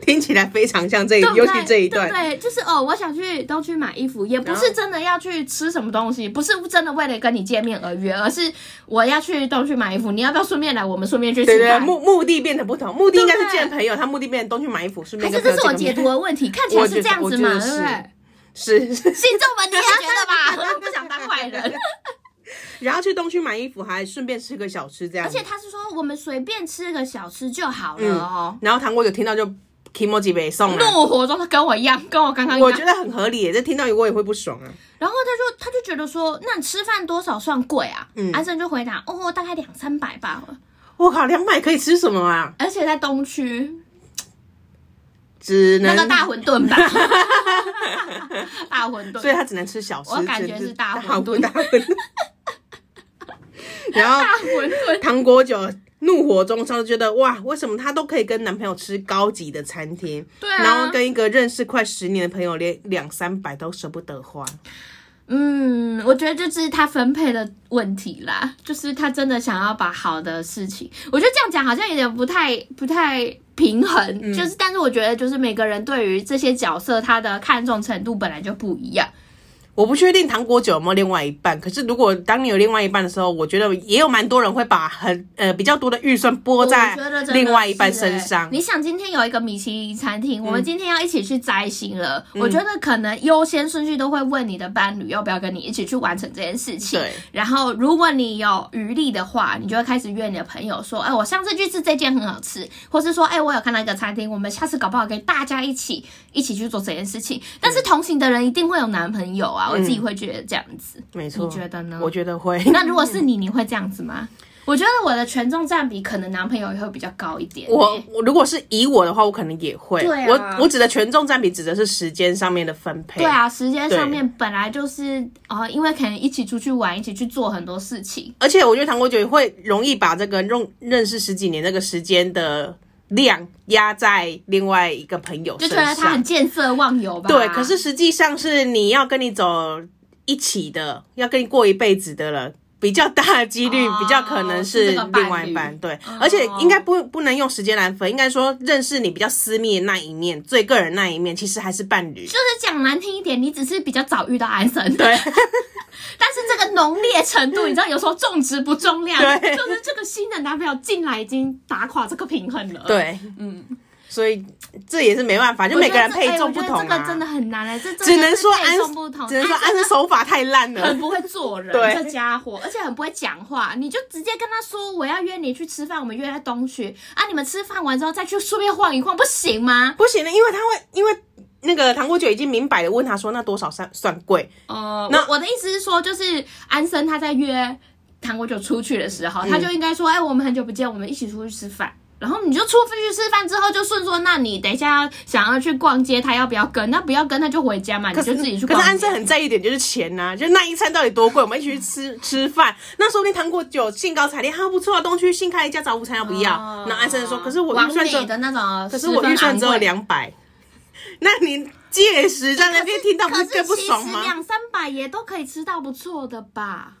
B: 听起来非常像这一，
C: 对不对？
B: 尤其这一段。
C: 对不对，就是哦，我想去东区买衣服，也不是真的要去吃什么东西，不是真的为了跟你见面而约，而是我要去东区买衣服，你要不要顺便来？我们顺便去
B: 对
C: 吃
B: 对，
C: 饭。
B: 目目的变得不同，目的应该
C: 对
B: 是
C: 不对
B: 见朋友，他目的变得东去买衣服，顺
C: 还
B: 便
C: 是
B: 跟
C: 这是
B: 朋
C: 我
B: 友
C: 解
B: 见
C: 读
B: 面
C: 的问题，看起来
B: 我觉
C: 是
B: 得
C: 这样子
B: 我
C: 嘛，
B: 觉得
C: 对不对？
B: 是，是
C: 信众们，你也觉 得吧？不想当坏人。
B: 然后去东区买衣服，还顺便吃个小吃这样。
C: 而且，他是说我们随便吃个小吃就好了哦。
B: 然后糖果有听到就 emoji 北送了，
C: 怒火中，他跟我一样，跟我刚刚一
B: 我觉
C: 样。
B: 得很合理耶，这听到我也会不爽啊。
C: 然后他就他就觉得说，那你吃饭多少算贵啊？
B: 嗯
C: 安生就回答，哦，大概两三百吧。
B: 我靠，两百可以吃什么啊？
C: 而且在东区
B: 只
C: 那
B: 能
C: 个大馄饨吧， 大馄
B: 所以
C: 饨，
B: 他只能吃小吃，
C: 我感觉
B: 只
C: 是大馄饨
B: 大馄饨。然后
C: 大馄饨。
B: 糖果酒怒火中烧，就觉得哇，为什么她都可以跟男朋友吃高级的餐厅，
C: 对啊
B: 然后跟一个认识快十年的朋友连两三百都舍不得花，
C: 嗯，我觉得就是他分配的问题啦，就是他真的想要把好的事情，我觉得这样讲好像有点不太不太平衡，
B: 嗯
C: 就是但是我觉得就是每个人对于这些角色他的看重程度本来就不一样，
B: 我不确定糖果酒有没有另外一半，可是如果当你有另外一半的时候，我觉得也有蛮多人会把很呃比较多的预算拨在
C: 哦我觉得真的
B: 另外一半
C: 是
B: 身
C: 欸
B: 上。嗯
C: 你想，今天有一个米其林餐厅，我们今天要一起去摘星了，我觉得可能优先顺序都会问你的伴侣要不要跟你一起去完成这件事情。
B: 对
C: 然后如果你有余力的话，你就会开始约你的朋友说，哎，我上次去吃这间很好吃，或是说，哎，我有看到一个餐厅，我们下次搞不好跟大家一起一起去做这件事情。但是同行的人一定会有男朋友
B: 嗯
C: 啊，我自己会觉得这样子。
B: 没错，
C: 你觉得呢
B: 我觉得会。
C: 那如果是你，你会这样子吗？我觉得我的权重占比可能男朋友也会比较高一点欸、
B: 我我如果是以我的话，我可能也会。
D: 对啊
B: 我我指的权重占比指的是时间上面的分配。
C: 对，啊，时间
B: 对
C: 上面本来就是呃，因为可能一起出去玩，一起去做很多事情。
B: 而且我觉得糖果酒会容易把这个认认识十几年这个时间的量压在另外一个朋友
C: 就
B: 身
C: 觉
B: 上。
C: 得他很见色忘友吧。
B: 对，可是实际上是你要跟你走一起的，要跟你过一辈子的了。比较大的几率，
C: 哦
B: 比较可能是
C: 是这个伴
B: 另外一半，
C: 侣
B: 对，
C: 哦
B: 而且应该不不能用时间来分，应该说认识你比较私密的那一面，最个人那一面，其实还是伴侣，
C: 就是讲难听一点，你只是比较早遇到安生，
B: 对，
C: 但是这个浓烈程度，你知道有时候重质不重量，
B: 对
C: 就是这个新的男朋友进来已经打垮这个平衡了。，
B: 对，嗯，所以这也是没办法，就
C: 我
B: 每
C: 觉得
B: 个人
C: 这
B: 配
C: 哎
B: 重不
C: 我
B: 同
C: 觉得这个真的
B: 啊，
C: 很难哎、这真的
B: 只能
C: 是
B: 说
C: 配
B: 安
C: 重不同，，啊
B: 只能说
C: 安
B: 安的手法太烂 了
C: 很，不会做人，
B: 对
C: 这家伙，而且很不会讲话。你就直接跟他说我要约你去吃饭，我们约在东区啊，你们吃饭完之后再去顺便晃一晃，不行吗？
B: 不行的，因为他会，因为那个糖果酒已经明摆的问他说，那多少算算贵，
C: 哦、
B: 那
C: 那我的意思是说，就是安生他在约唐国九出去的时候，
B: 嗯
C: 他就应该说，哎、我们很久不见，我们一起出去吃饭。然后你就出去吃饭之后，就顺说，那你等一下想要去逛街，他要不要跟？那不要跟，他就回家嘛，你
B: 可
C: 就是自己去
B: 可
C: 逛
B: 是
C: 街。
B: 安生很在意一点就是钱呐、就那一餐到底多贵，我们一起去吃吃饭。那说不定糖果酒兴高采烈，哈、不错啊，东区新开一家早午餐要不要？
C: 哦
B: 那、安生说，可是我
C: 完
B: 预算只有
C: 美，的那种，
B: 可是我预算只有。两百，那你届时在那边听到不
C: 可是
B: 更不爽
C: 其实
B: 吗？
C: 两三百也都可以吃到不错的吧？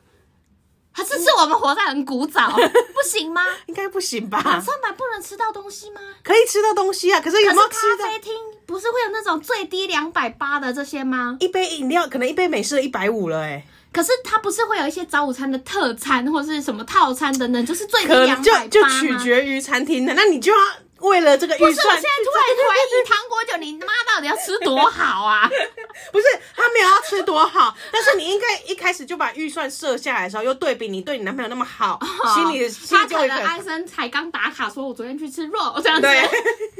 C: 还
B: 嗯
C: 是是我们活在很 古早，不行吗？
B: 应该不行
C: 两
B: 吧？
C: 三百不能吃到东西吗？
B: 可以吃到东西啊，可是有
C: 可
B: 没有
C: 是
B: 吃
C: 咖
B: 的？
C: 啡厅不是会有那种最低两百八的这些吗？
B: 一杯饮料可能一杯美式一百五了哎、
C: 可是它不是会有一些早午餐的特餐或是什么套餐等等，就是最低
B: 可
C: 两
B: 能就
C: 百
B: 就
C: 八吗？
B: 取决于餐厅的，那你就要为了这个预
C: 不
B: 算
C: 是，我现在突然怀疑糖果酒，你妈到底要吃多好啊？
B: 不是他没有要吃多好，但是你应该一开始就把预算设下来的时候，又对比你对你男朋友那么好， 心里心
C: 哦他
B: 里就
C: 可
B: 会
C: 能安
B: 很
C: 生才刚打卡，说我昨天去吃肉这样子。
B: 对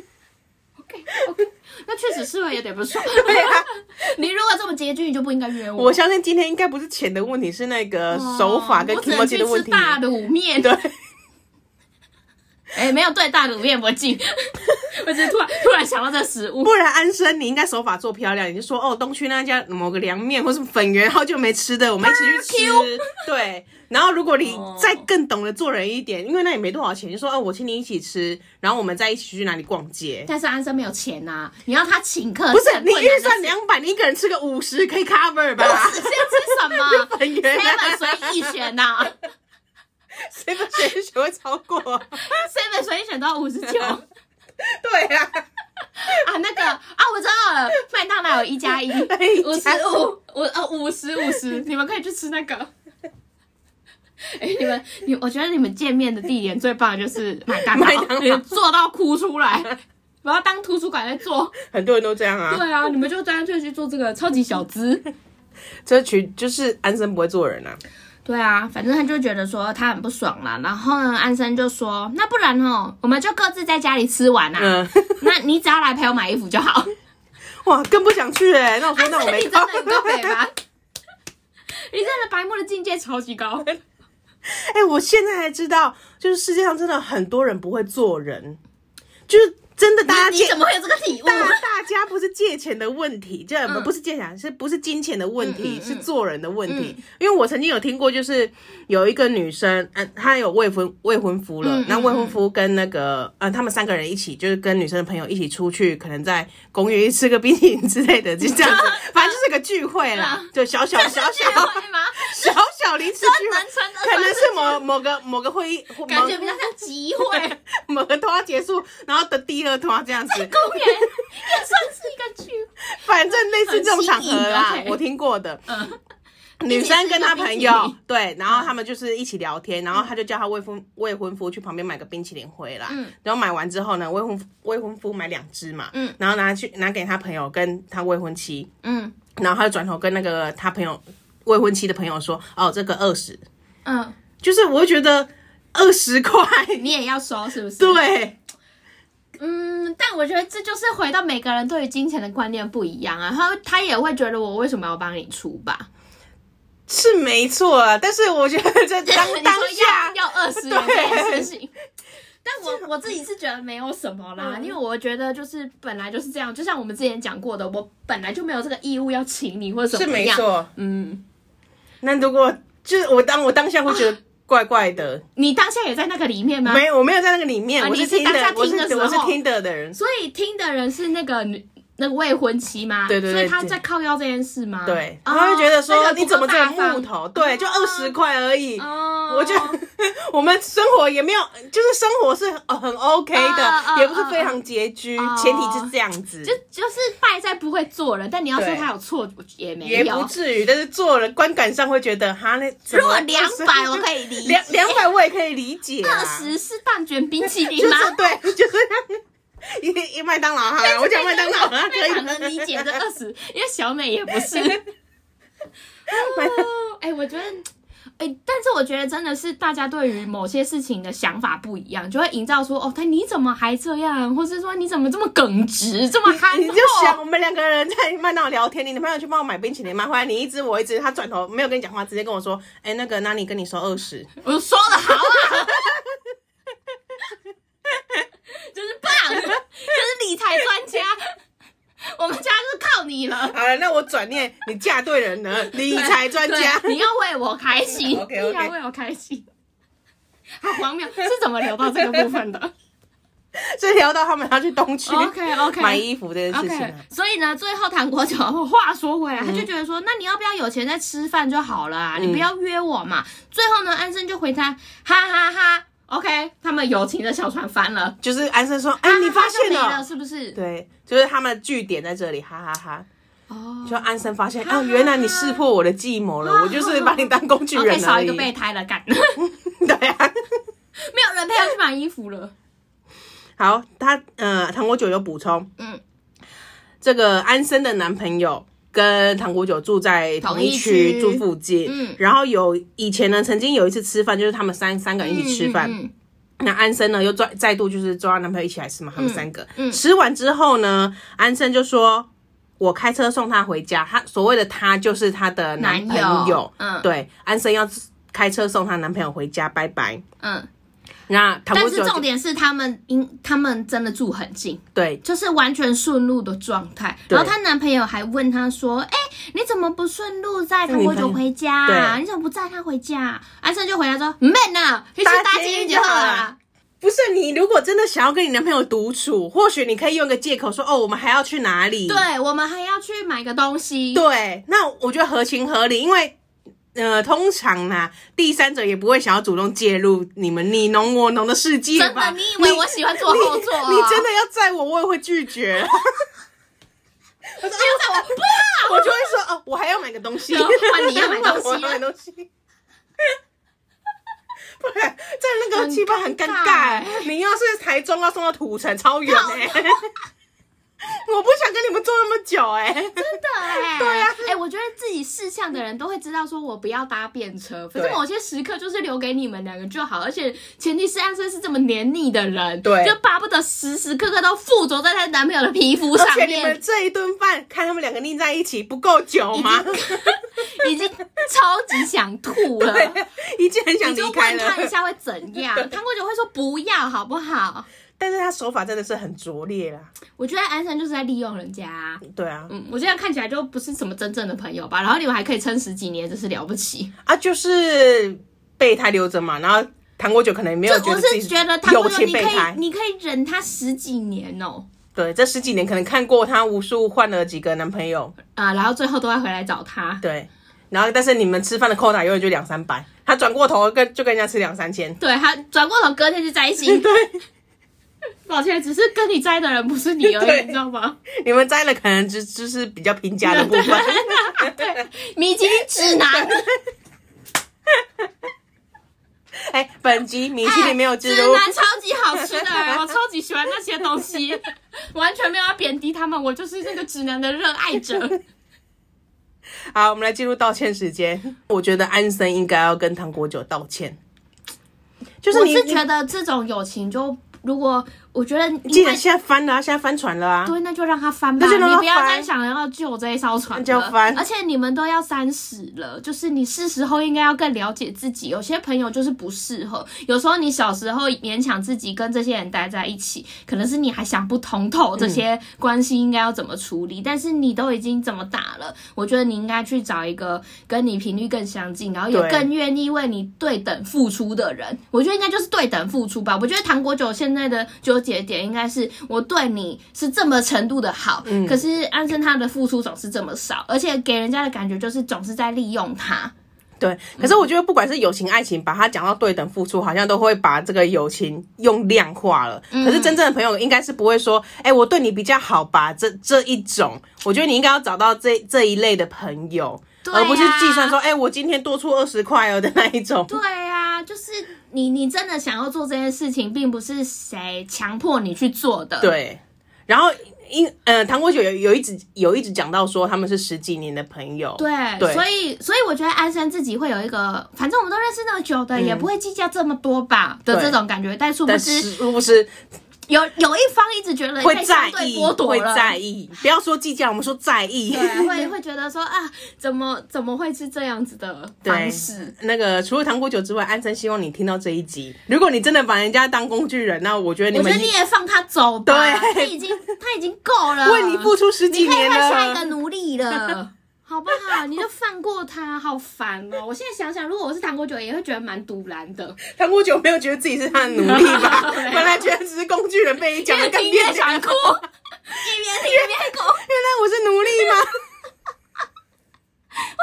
C: OK OK，那确实是会有点不 爽。
B: 对啊。
C: 你如果这么拮据，你就不应该约我。
B: 我相信今天应该不是钱的问题，是那个手法跟
C: 哦我
B: k
C: 只
B: i m o
C: 能
B: j
C: 去
B: 的问
C: 吃
B: 题。
C: 大卤面。
B: 对，
C: 哎、没有对大卤面不敬， 我只是突然突然想到这食物。
B: 不然安生你应该手法做漂亮，你就说哦东区那家某个凉面或是粉圆好久没吃的，我们一起去 吃。对，然后如果你再更懂得做人一点，因为那也没多少钱，就说哦我请你一起吃，然后我们再一起去哪里逛 街。
C: 但是安生没有钱呐、你要他请客
B: 不是
C: 很
B: 你
C: 困难的
B: 预算
C: 事
B: 两百，你一个人吃个五十可以 cover 吧？
C: 是要吃什么
B: 很远
C: ？seven 随意选呐、
B: 谁不谁谁会超过？
C: s e v e n 随意选到五十九啊，
B: 对 啊，
C: 那个啊，我知道了，麦当劳有一加一，五十
B: 哎
C: 五，我呃五十五十，你们可以去吃那个。哎、你们，你我觉得你们见面的地点最棒的就是麦当
B: 麦当劳
C: 劳，你们做到哭出来，我要当图书馆在做。
B: 很多人都这样啊。
C: 对啊，你们就干脆去做这个超级小资。
B: 这群就是安生不会做人啊。
C: 对啊，反正他就觉得说他很不爽啦，然后呢，安生就说，那不然哦，我们就各自在家里吃完啊。
B: 嗯，
C: 那你只要来陪我买衣服就好。
B: 哇，更不想去哎、那我说那我
C: 你
B: 没
C: 真
B: 空
C: 的。很够北吧？你真的白目的境界超级 高。
B: 哎、我现在才知道，就是世界上真的很多人不会做人，就是真的大家
D: 你
B: 借
D: 你怎么会有这个体悟？
B: 大大家不是借钱的问题，这
C: 嗯
B: 不是借钱，是不是金钱的问题，
C: 嗯嗯嗯嗯
B: 是做人的问题。因为我曾经有听过，就是有一个女生，嗯、她有未婚未婚夫了
C: 嗯，
B: 那、
C: 嗯
B: 未婚夫跟那个呃，他们三个人一起，就是跟女生的朋友一起出去，可能在公园吃个冰淇淋之类的，就这样 子，反正就是个聚会啦，就小小小小
C: 嗯会吗？
B: 小小临时聚
C: 能
B: 会。
C: 成的
B: 可能是某某个某个 会议，或
C: 感觉比较像集会，
B: 某某个拖结束，然后的第二拖这样子，
C: 公园也算是一个聚会。
B: 反正类似这种场合啦
C: 很新颖，OK
B: 我听过的。
C: 嗯
B: 女生跟她朋
C: 一起吃
B: 友
C: 嗯冰淇淋
B: 对，然后他们就是一起聊天，然后她就叫她未婚未婚夫去旁边买个冰淇淋回来，
C: 嗯
B: 然后买完之后呢，未婚夫未婚夫买两只嘛，
C: 嗯
B: 然后拿去拿给他朋友跟他未婚妻，
C: 嗯
B: 然后他就转头跟那个他朋友未婚妻的朋友说，哦，这个二十，
C: 嗯，
B: 就是我会觉得二十块，
C: 你也要收是不是？，
B: 对，
C: 嗯，但我觉得这就是回到每个人对于金钱的观念不一样啊，他他也会觉得我为什么要帮你出吧？
B: 是没错啊，但是我觉得这当
C: 你
B: 当
C: 说
B: 下
C: 要要二十元这件事 情。但我我自己是觉得没有什么啦，
B: 嗯
C: 因为我觉得就是本来就是这样，就像我们之前讲过的，我本来就没有这个义务要请你或者
B: 是
C: 怎么
B: 没
C: 样。
B: 错，
C: 嗯，
B: 那如果就是我当我当下会觉得怪怪的，
C: 你当下也在那个里面吗？
B: 没我没有在那个里面，
C: 啊
B: 我
C: 你是
B: 听
C: 当下
B: 的，我
C: 听的
B: 是
C: 时候
B: 我是听的的人，
C: 所以听的人是那个女那个未婚妻吗？
B: 对对对
C: 所以他在靠腰这件事吗？
B: 对，
C: 哦
B: 他会觉得说、
C: 那个不够
B: 你怎么这
C: 大
B: 么
C: 方
B: 木头？对，就二十块而已。
C: 哦，
B: 我觉得 我们生活也没有，就是生活是呃很 OK 的，
C: 啊啊
B: 也不是非常拮据，
C: 啊
B: 前提是这样子，
C: 就就是败在不会做人，但你要说
B: 对
C: 他有错也没
B: 也不
C: 有。
B: 至于。但是做了观感上会觉得，哈，那怎么
C: 如果两百，我可
B: 以
C: 以理解，
B: 两两百我也可以理解、啊，
C: 二十是蛋卷冰淇淋
B: 就
C: 吗？
B: 是对，就是一一麦当劳哈，我讲麦当劳啊，可
C: 非常
B: 以
C: 能理解这二十，因为小美也不是。哦哎、我觉得，哎、但是我觉得真的是大家对于某些事情的想法不一样，就会营造说，哦，他你怎么还这样，或是说你怎么这么耿直，这么憨厚？
B: 你就想我们两个人在麦当劳聊天，你的朋友去帮我买冰淇淋买回来，你一只我一只，他转头没有跟你讲话，直接跟我说，哎、那个，那你跟你说二十，
C: 我说的好啊，就是棒， 就是理财专家， 我们家就是靠你了。
B: 好了，那我转念你嫁对人了，理财专 家。
C: 对你要为我开心
B: OK，OK
C: 你要为我开心。好荒谬，是怎么聊到这个部分 的
B: 所以聊到他们要去东区
C: ？OK OK，
B: 买衣服这件事情、
C: OK，
B: 啊。
C: 所以呢，最后唐国强哦话说
B: 嗯
C: 回来，他就觉得说，那你要不要有钱再吃饭就好了啊？你不要约我嘛。最后呢，安生就回他，哈哈哈。OK，他们友情的小船翻了。
B: 就是安生说，哎、
C: 啊
B: 你发现
C: 他就没了
B: 了。
C: 是不是？
B: 对，就是他们的据点在这里，哈哈哈
C: 哦
B: 就安生发现，
C: 哈哈
B: 啊，原来你识破我的计谋了，
C: 哈哈
B: 我就是把你当工具
C: ，OK，
B: 人
C: 少
B: 而
C: 一
B: 已
C: 个。备胎了，干， 没
B: 对啊。
C: 有人陪我去买衣服了。
B: 好，他呃，糖果九有补充，
C: 嗯
B: 嗯，这个安生的男朋友跟糖果九住在同一区，
C: 同一
B: 住
C: 区
B: 附近，
C: 嗯
B: 嗯，然后有以前呢，曾经有一次吃饭，就是他们三三个人一起吃饭。
C: 嗯嗯
B: 那安生呢，又再再度就是抓她男朋友一起来吃嘛，他们三个、
C: 嗯
B: 吃完之后呢，安生就说：“我开车送她回家。”她所谓的她就是她的男朋
C: 男
B: 友
C: 友，嗯
B: 对，安生要开车送她男朋友回家，拜拜。
C: 嗯，嗯
B: 那糖
C: 但
B: 果
C: 是
B: 九
C: 重点是他们因他们真的住很近，
B: 对
C: 就是完全顺路的状态。
B: 对
C: 然后她男朋友还问她说：“哎、你怎么不顺路载
B: 那
C: 唐
B: 你
C: 国
B: 朋
C: 九
B: 友
C: 回家、啊？
B: 对
C: 你怎么不载他回家、啊？”安生就回答说：“没呢，去
B: 搭
C: 搭
B: 捷
C: 捷运
B: 运
C: 就
B: 就
C: 好
B: 好
C: 了
B: 了。”不是你，如果真的想要跟你男朋友独处，或许你可以用一个借口说，哦，我们还要去哪里？
C: 对，我们还要去买个东西。
B: 对，那我觉得合情合理，因为。呃，通常啦，第三者也不会想要主动介入你们你侬我侬的世界
C: 真
B: 吧
C: 的，你以为我喜欢坐后座、啊
B: 你 真的要载我，我也会拒绝。
C: 要载我不
B: 我
C: 要？
B: 就会说，哦，我还要买个东西，
C: 对换你要买东西
B: 我要买东西。不然在那个气氛很尴
C: 很尴尬
B: 尬。你要是台中要送到土城，超远哎、 我不想跟你们坐那么久哎、
C: 真的哎、
B: 对啊
C: 哎、我觉得自己事项的人都会知道，说我不要搭便车，可
B: 对
C: 是某些时刻就是留给你们两个就好，而且前提是安生是这么黏腻的人，
B: 对
C: 就巴不得时时刻刻都附着在她男朋友的皮肤上
B: 而且你们
C: 面，
B: 这一顿饭，看他们两个腻在一起不够久吗？
C: 已经超级想吐 了。
B: 已经很想
C: 你
B: 离
C: 就问
B: 开了
C: 他。一下会怎样？唐国九会说不要，好不好？
B: 但是他手法真的是很拙劣啦。
C: 我觉得安生就是在利用人家啊、
B: 对啊，
C: 嗯，我这样看起来就不是什么真正的朋友吧。然后你们还可以撑十几年，真是了不起。
B: 啊，就是备胎留着嘛，然后糖果酒可能没
C: 就
B: 有觉
C: 我
B: 得自
C: 是
B: 己
C: 觉得他
B: 友
C: 不是
B: 情
C: 你可
B: 备胎
C: 以，。你可以忍他十几年哦、
B: 对，这十几年可能看过她无数换了几个男朋友，
C: 啊，然后最后都会回来找他。
B: 对。然后，但是你们吃饭的扣打永远就两三百，她转过头跟就跟人家吃两三千。
C: 对他转过头，隔天就在 一起。
B: 对，
C: 抱歉，只是跟你在的人不是你而已，
B: 对
C: 你知道吗？
B: 你们摘了可能只就是比较平价的部 分。
C: 米其林指南，
B: 哎，本集米其林没有
C: 指
B: 植入，
C: 南超级好吃 的，我超级喜欢那些东西，完全没有要贬低他们，我就是那个指南的热爱者。
B: 好，我们来进入道歉时间。我觉得安生应该要跟糖果酒道歉，就是
C: 我
B: 你
C: 是觉
B: 你
C: 得这种友情就，如果我觉得
B: 既
C: 应该
B: 然现在翻了、啊，现在翻船了啊，
C: 对，那就让他翻吧，
B: 那就让他
C: 你不要
B: 翻
C: 再想着要救这一艘船
B: 那
C: 了。
B: 就翻
C: 而且你们都要三十了，就是你是时候应该要更了解自己。有些朋友就是不适合，有时候你小时候勉强自己跟这些人待在一起，可能是你还想不通透这些关系应该要怎么处
B: 嗯
C: 理。但是你都已经这么大了，我觉得你应该去找一个跟你频率更相近，然后也
B: 对
C: 更愿意为你对等付出的人，我觉得应该就是对等付出吧。我觉得糖果酒现在的纠结点应该是我对你是这么程度的好，
B: 嗯
C: 可是安生他的付出总是这么少，而且给人家的感觉就是总是在利用他。
B: 对，
C: 嗯
B: 可是我觉得不管是友情、爱情，把它讲到对等付出，好像都会把这个友情用量化了。
C: 嗯
B: 可是真正的朋友应该是不会说，哎、我对你比较好吧，这这一种，我觉得你应该要找到这这一类的朋友，
C: 对
B: 而不是
C: 啊
B: 计算说，哎、我今天多出二十块哦的那一种。
C: 对啊，就是你你真的想要做这件事情，并不是谁强迫你去做的。，
B: 对，然后因呃，糖果酒有有一直有一直讲到说他们是十几年的朋友，
C: 对，
B: 对
C: 所以所以我觉得安生自己会有一个，反正我们都认识那么久的，也不会计较这么多吧的
B: 嗯对
C: 这种感觉。但殊不
B: 但
C: 知，
B: 是不是
C: 有有一方一直觉得
B: 会
C: 被
B: 在
C: 相对
B: 意，
C: 剥夺
B: 会
C: 了，
B: 在意，不要说计较，我们说在意。
C: 对，会会觉得说啊，怎么怎么会是这样 子的方式？
B: 那个除了糖果酒之外，安生希望你听到这一集。如果你真的把人家当工具人，那我觉得你
C: 我觉
B: 们
C: 得你也放他走吧，
B: 对
C: 他已经他已经够 了，
B: 为你付出十几
C: 你可以
B: 年
C: 换下一个
B: 了。
C: 奴 隶了。好不好？你就放过他，好烦哦！我现在想想，如果我是糖果酒，也会觉得蛮堵然 的。
B: 糖果酒没有觉得自己是他的奴隶 吧？
C: 没有
B: 本来觉得只是工具人，被你讲的
C: 越
B: 更
C: 听
B: 变
C: 越
B: 强。
C: 想
B: 原
C: 哭，一边听一边哭，我
B: 来我是奴隶吗？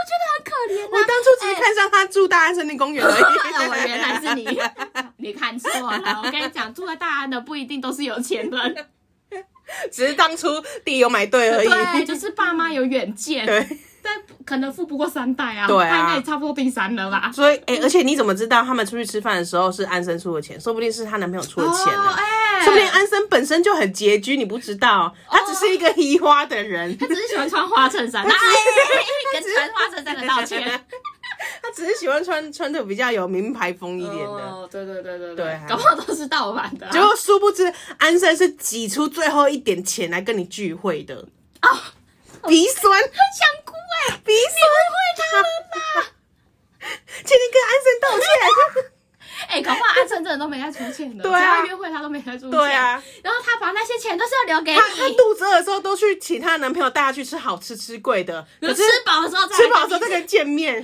C: 觉得很可怜、啊。
B: 我当初只是看上他住大安森林公园而已。
C: 我哦原来是你， 你看错了。我跟你讲，住在大安的不一定都是有钱人，
B: 只是当初地有买对而已。
C: 对，嗯就是爸妈有远见，
B: 对
C: 但可能富不过三代啊，
B: 对啊
C: 他应该也差不多第三了吧。
B: 所以哎、而且你怎么知道他们出去吃饭的时候是安生出的钱？说不定是她男朋友出的钱啊
C: 哦
B: 呢、
C: 哎、哦
B: 说不定安生本身就很拮据，你不知道，他只是一个移花的人，
C: 他只是喜欢穿花衬衫，那、哎、跟穿花衬衫的道歉。
B: 他只是喜欢穿穿的比较有名牌风一点的。
C: 哦，对对对对
B: 对啊
C: 搞不好都是盗版的啊、
B: 结果殊不知，安生是挤出最后一点钱来跟你聚会的鼻酸，
C: 哦很想哭哎、
B: 鼻酸，请你跟安生道歉。
C: 哎、搞不好阿成真的都没在出钱的，
B: 对啊
C: 只要约会他都没在出钱，
B: 对啊，
C: 然后他把那些钱都是要留给
B: 她她
C: 你，
B: 肚子饿的时候都去请她男朋友带她去吃好吃吃贵的，可是
C: 吃饱的时候再来
B: 吃饱的时候再
C: 跟你
B: 跟人见面，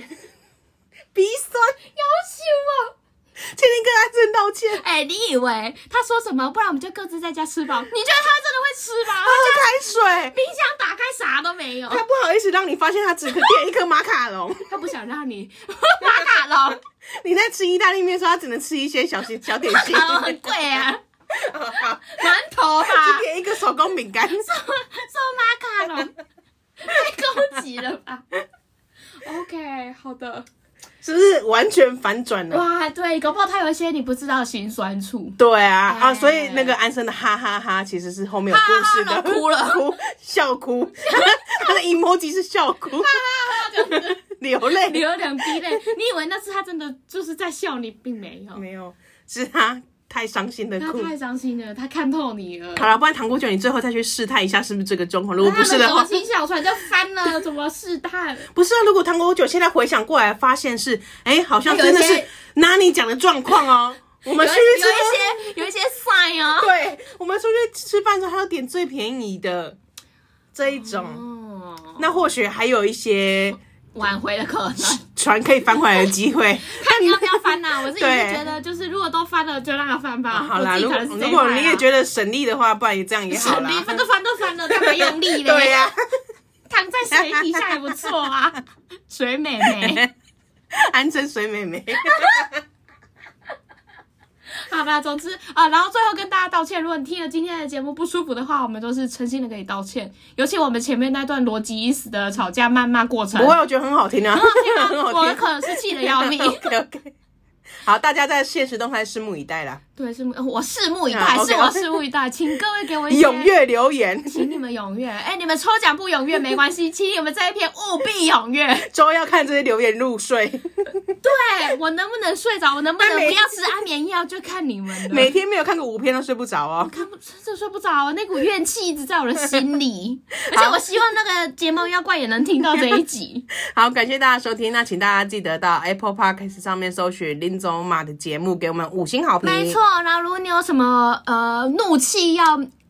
B: 鼻酸，
C: 要求啊。
B: 天天跟安生道歉，
C: 哎、你以为他说什么？不然我们就各自在家吃饱？你觉得他真的会吃吗？
B: 喝
C: 他家
B: 开水，
C: 冰箱打开啥都没有，
B: 他不好意思让你发现他只可点一颗马卡龙，
C: 他不想让你 马卡龙，
B: 你在吃意大利面的时候，他只能吃一些小小小点
C: 马
B: 心，
C: 卡龙很贵啊，
B: 好
C: 馒头吧
B: 只， 点一个手工饼干，
C: 送马卡龙，太高级了吧？OK，好的。
B: 是不是完全反转了？
C: 哇，对，搞不好他有一些你不知道的辛酸处。
B: 对啊，啊，
C: 哎
B: 所以那个安生的哈哈哈其实是后面有故事的，
C: 哈哈哈然后哭了
B: 哭笑哭， 他的 emoji 是笑哭， 流泪，
C: 流两滴泪，你以为那是他真的就是在笑你，并没有，
B: 没有，是他太伤心的
C: 他
B: 哭。
C: 太伤心了，他看透你了。
B: 好了，不然糖果酒，你最后再去试探一下是不是这个状况。如果不是的
C: 他们
B: 话
C: 友，情小船就翻了，怎么试 探？
B: 不是啊。如果糖果酒现在回想过来，发现是，哎、好像真的
C: 有一
B: 是
C: 些
B: Nani 讲的状况哦。我们
C: 有
B: 出
C: 一
B: 去吃饭
C: 有一些有一些 sign 哦。
B: 对，我们出去吃饭的时候还有点最便宜的这一种，
C: 哦，
B: 那或许还有一些
C: 挽回的可能，
B: 船可以翻回来的机会。
C: 看你要不要翻啊呐、我自己
B: 对
C: 是觉得，就是如果都翻了，就让它翻吧。
B: 好啦，
C: 我自
B: 如
C: 己可
B: 果
C: 能是这
B: 如
C: 一派啊
B: 果你也觉得省力的话，不然也这样也好
C: 省力，
B: 啦。
C: 翻都翻都翻了，干嘛用力 嘞？
B: 对呀、
C: 躺在水底下也不 错啊，水美眉。
B: 安贞水妹妹，
C: 好啦，总之啊、然后最后跟大家道歉，如果你听了今天的节目不舒服的话，我们都是诚心的跟你道歉。尤其我们前面那段逻辑已死的吵架谩骂过程，
B: 不会，我觉得很好听啊， 很
C: 天啊我
B: 好听。
C: 可是气的 要命。
B: OK OK，好，大家在现实动态拭目以待啦，
C: 对，拭目呃我拭目以待，
B: 啊，OK，
C: 是我
B: OK
C: 拭目以待，请各位给我一些
B: 踊。跃留言。
C: 请你们踊跃，哎、你们抽奖不踊跃没关系，请你们这一篇务必踊 跃。
B: 周要看这些留言入 睡，
C: 对哎我能不能睡着，我能不能
B: 但每
C: 不要吃安眠药，就看你们 了。
B: 每天没有看个五篇都睡不着哦。
C: 看不，真的睡不着，那股怨气一直在我的 心里。而且我希望那个睫毛妖怪也能听到这一集。
B: 好，感谢大家收听，那请大家记得到 Apple Podcast 上面搜寻林总马的节目，给我们五星好评。
C: 没错，然后如果你有什么呃怒气要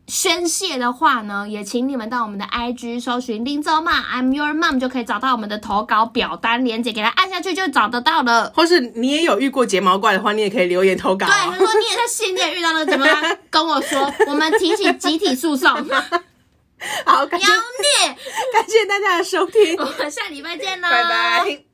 C: 宣泄的话呢，也请你们到我们的 IG 搜寻林州骂 I'm Your Mom 就可以找到我们的投稿表单链接，给它按下去就找得到了。
B: 或是你也有遇过睫毛怪的话，你也可以留言投稿、
C: 对，
B: 哦。
C: 如果你也在新店遇到那个怎么样，跟我说，我们提起集体诉 讼，妖
B: 好，感谢
C: 孽！
B: 感谢大家的收听，
C: 哦我们下礼拜见喽，
B: 拜拜。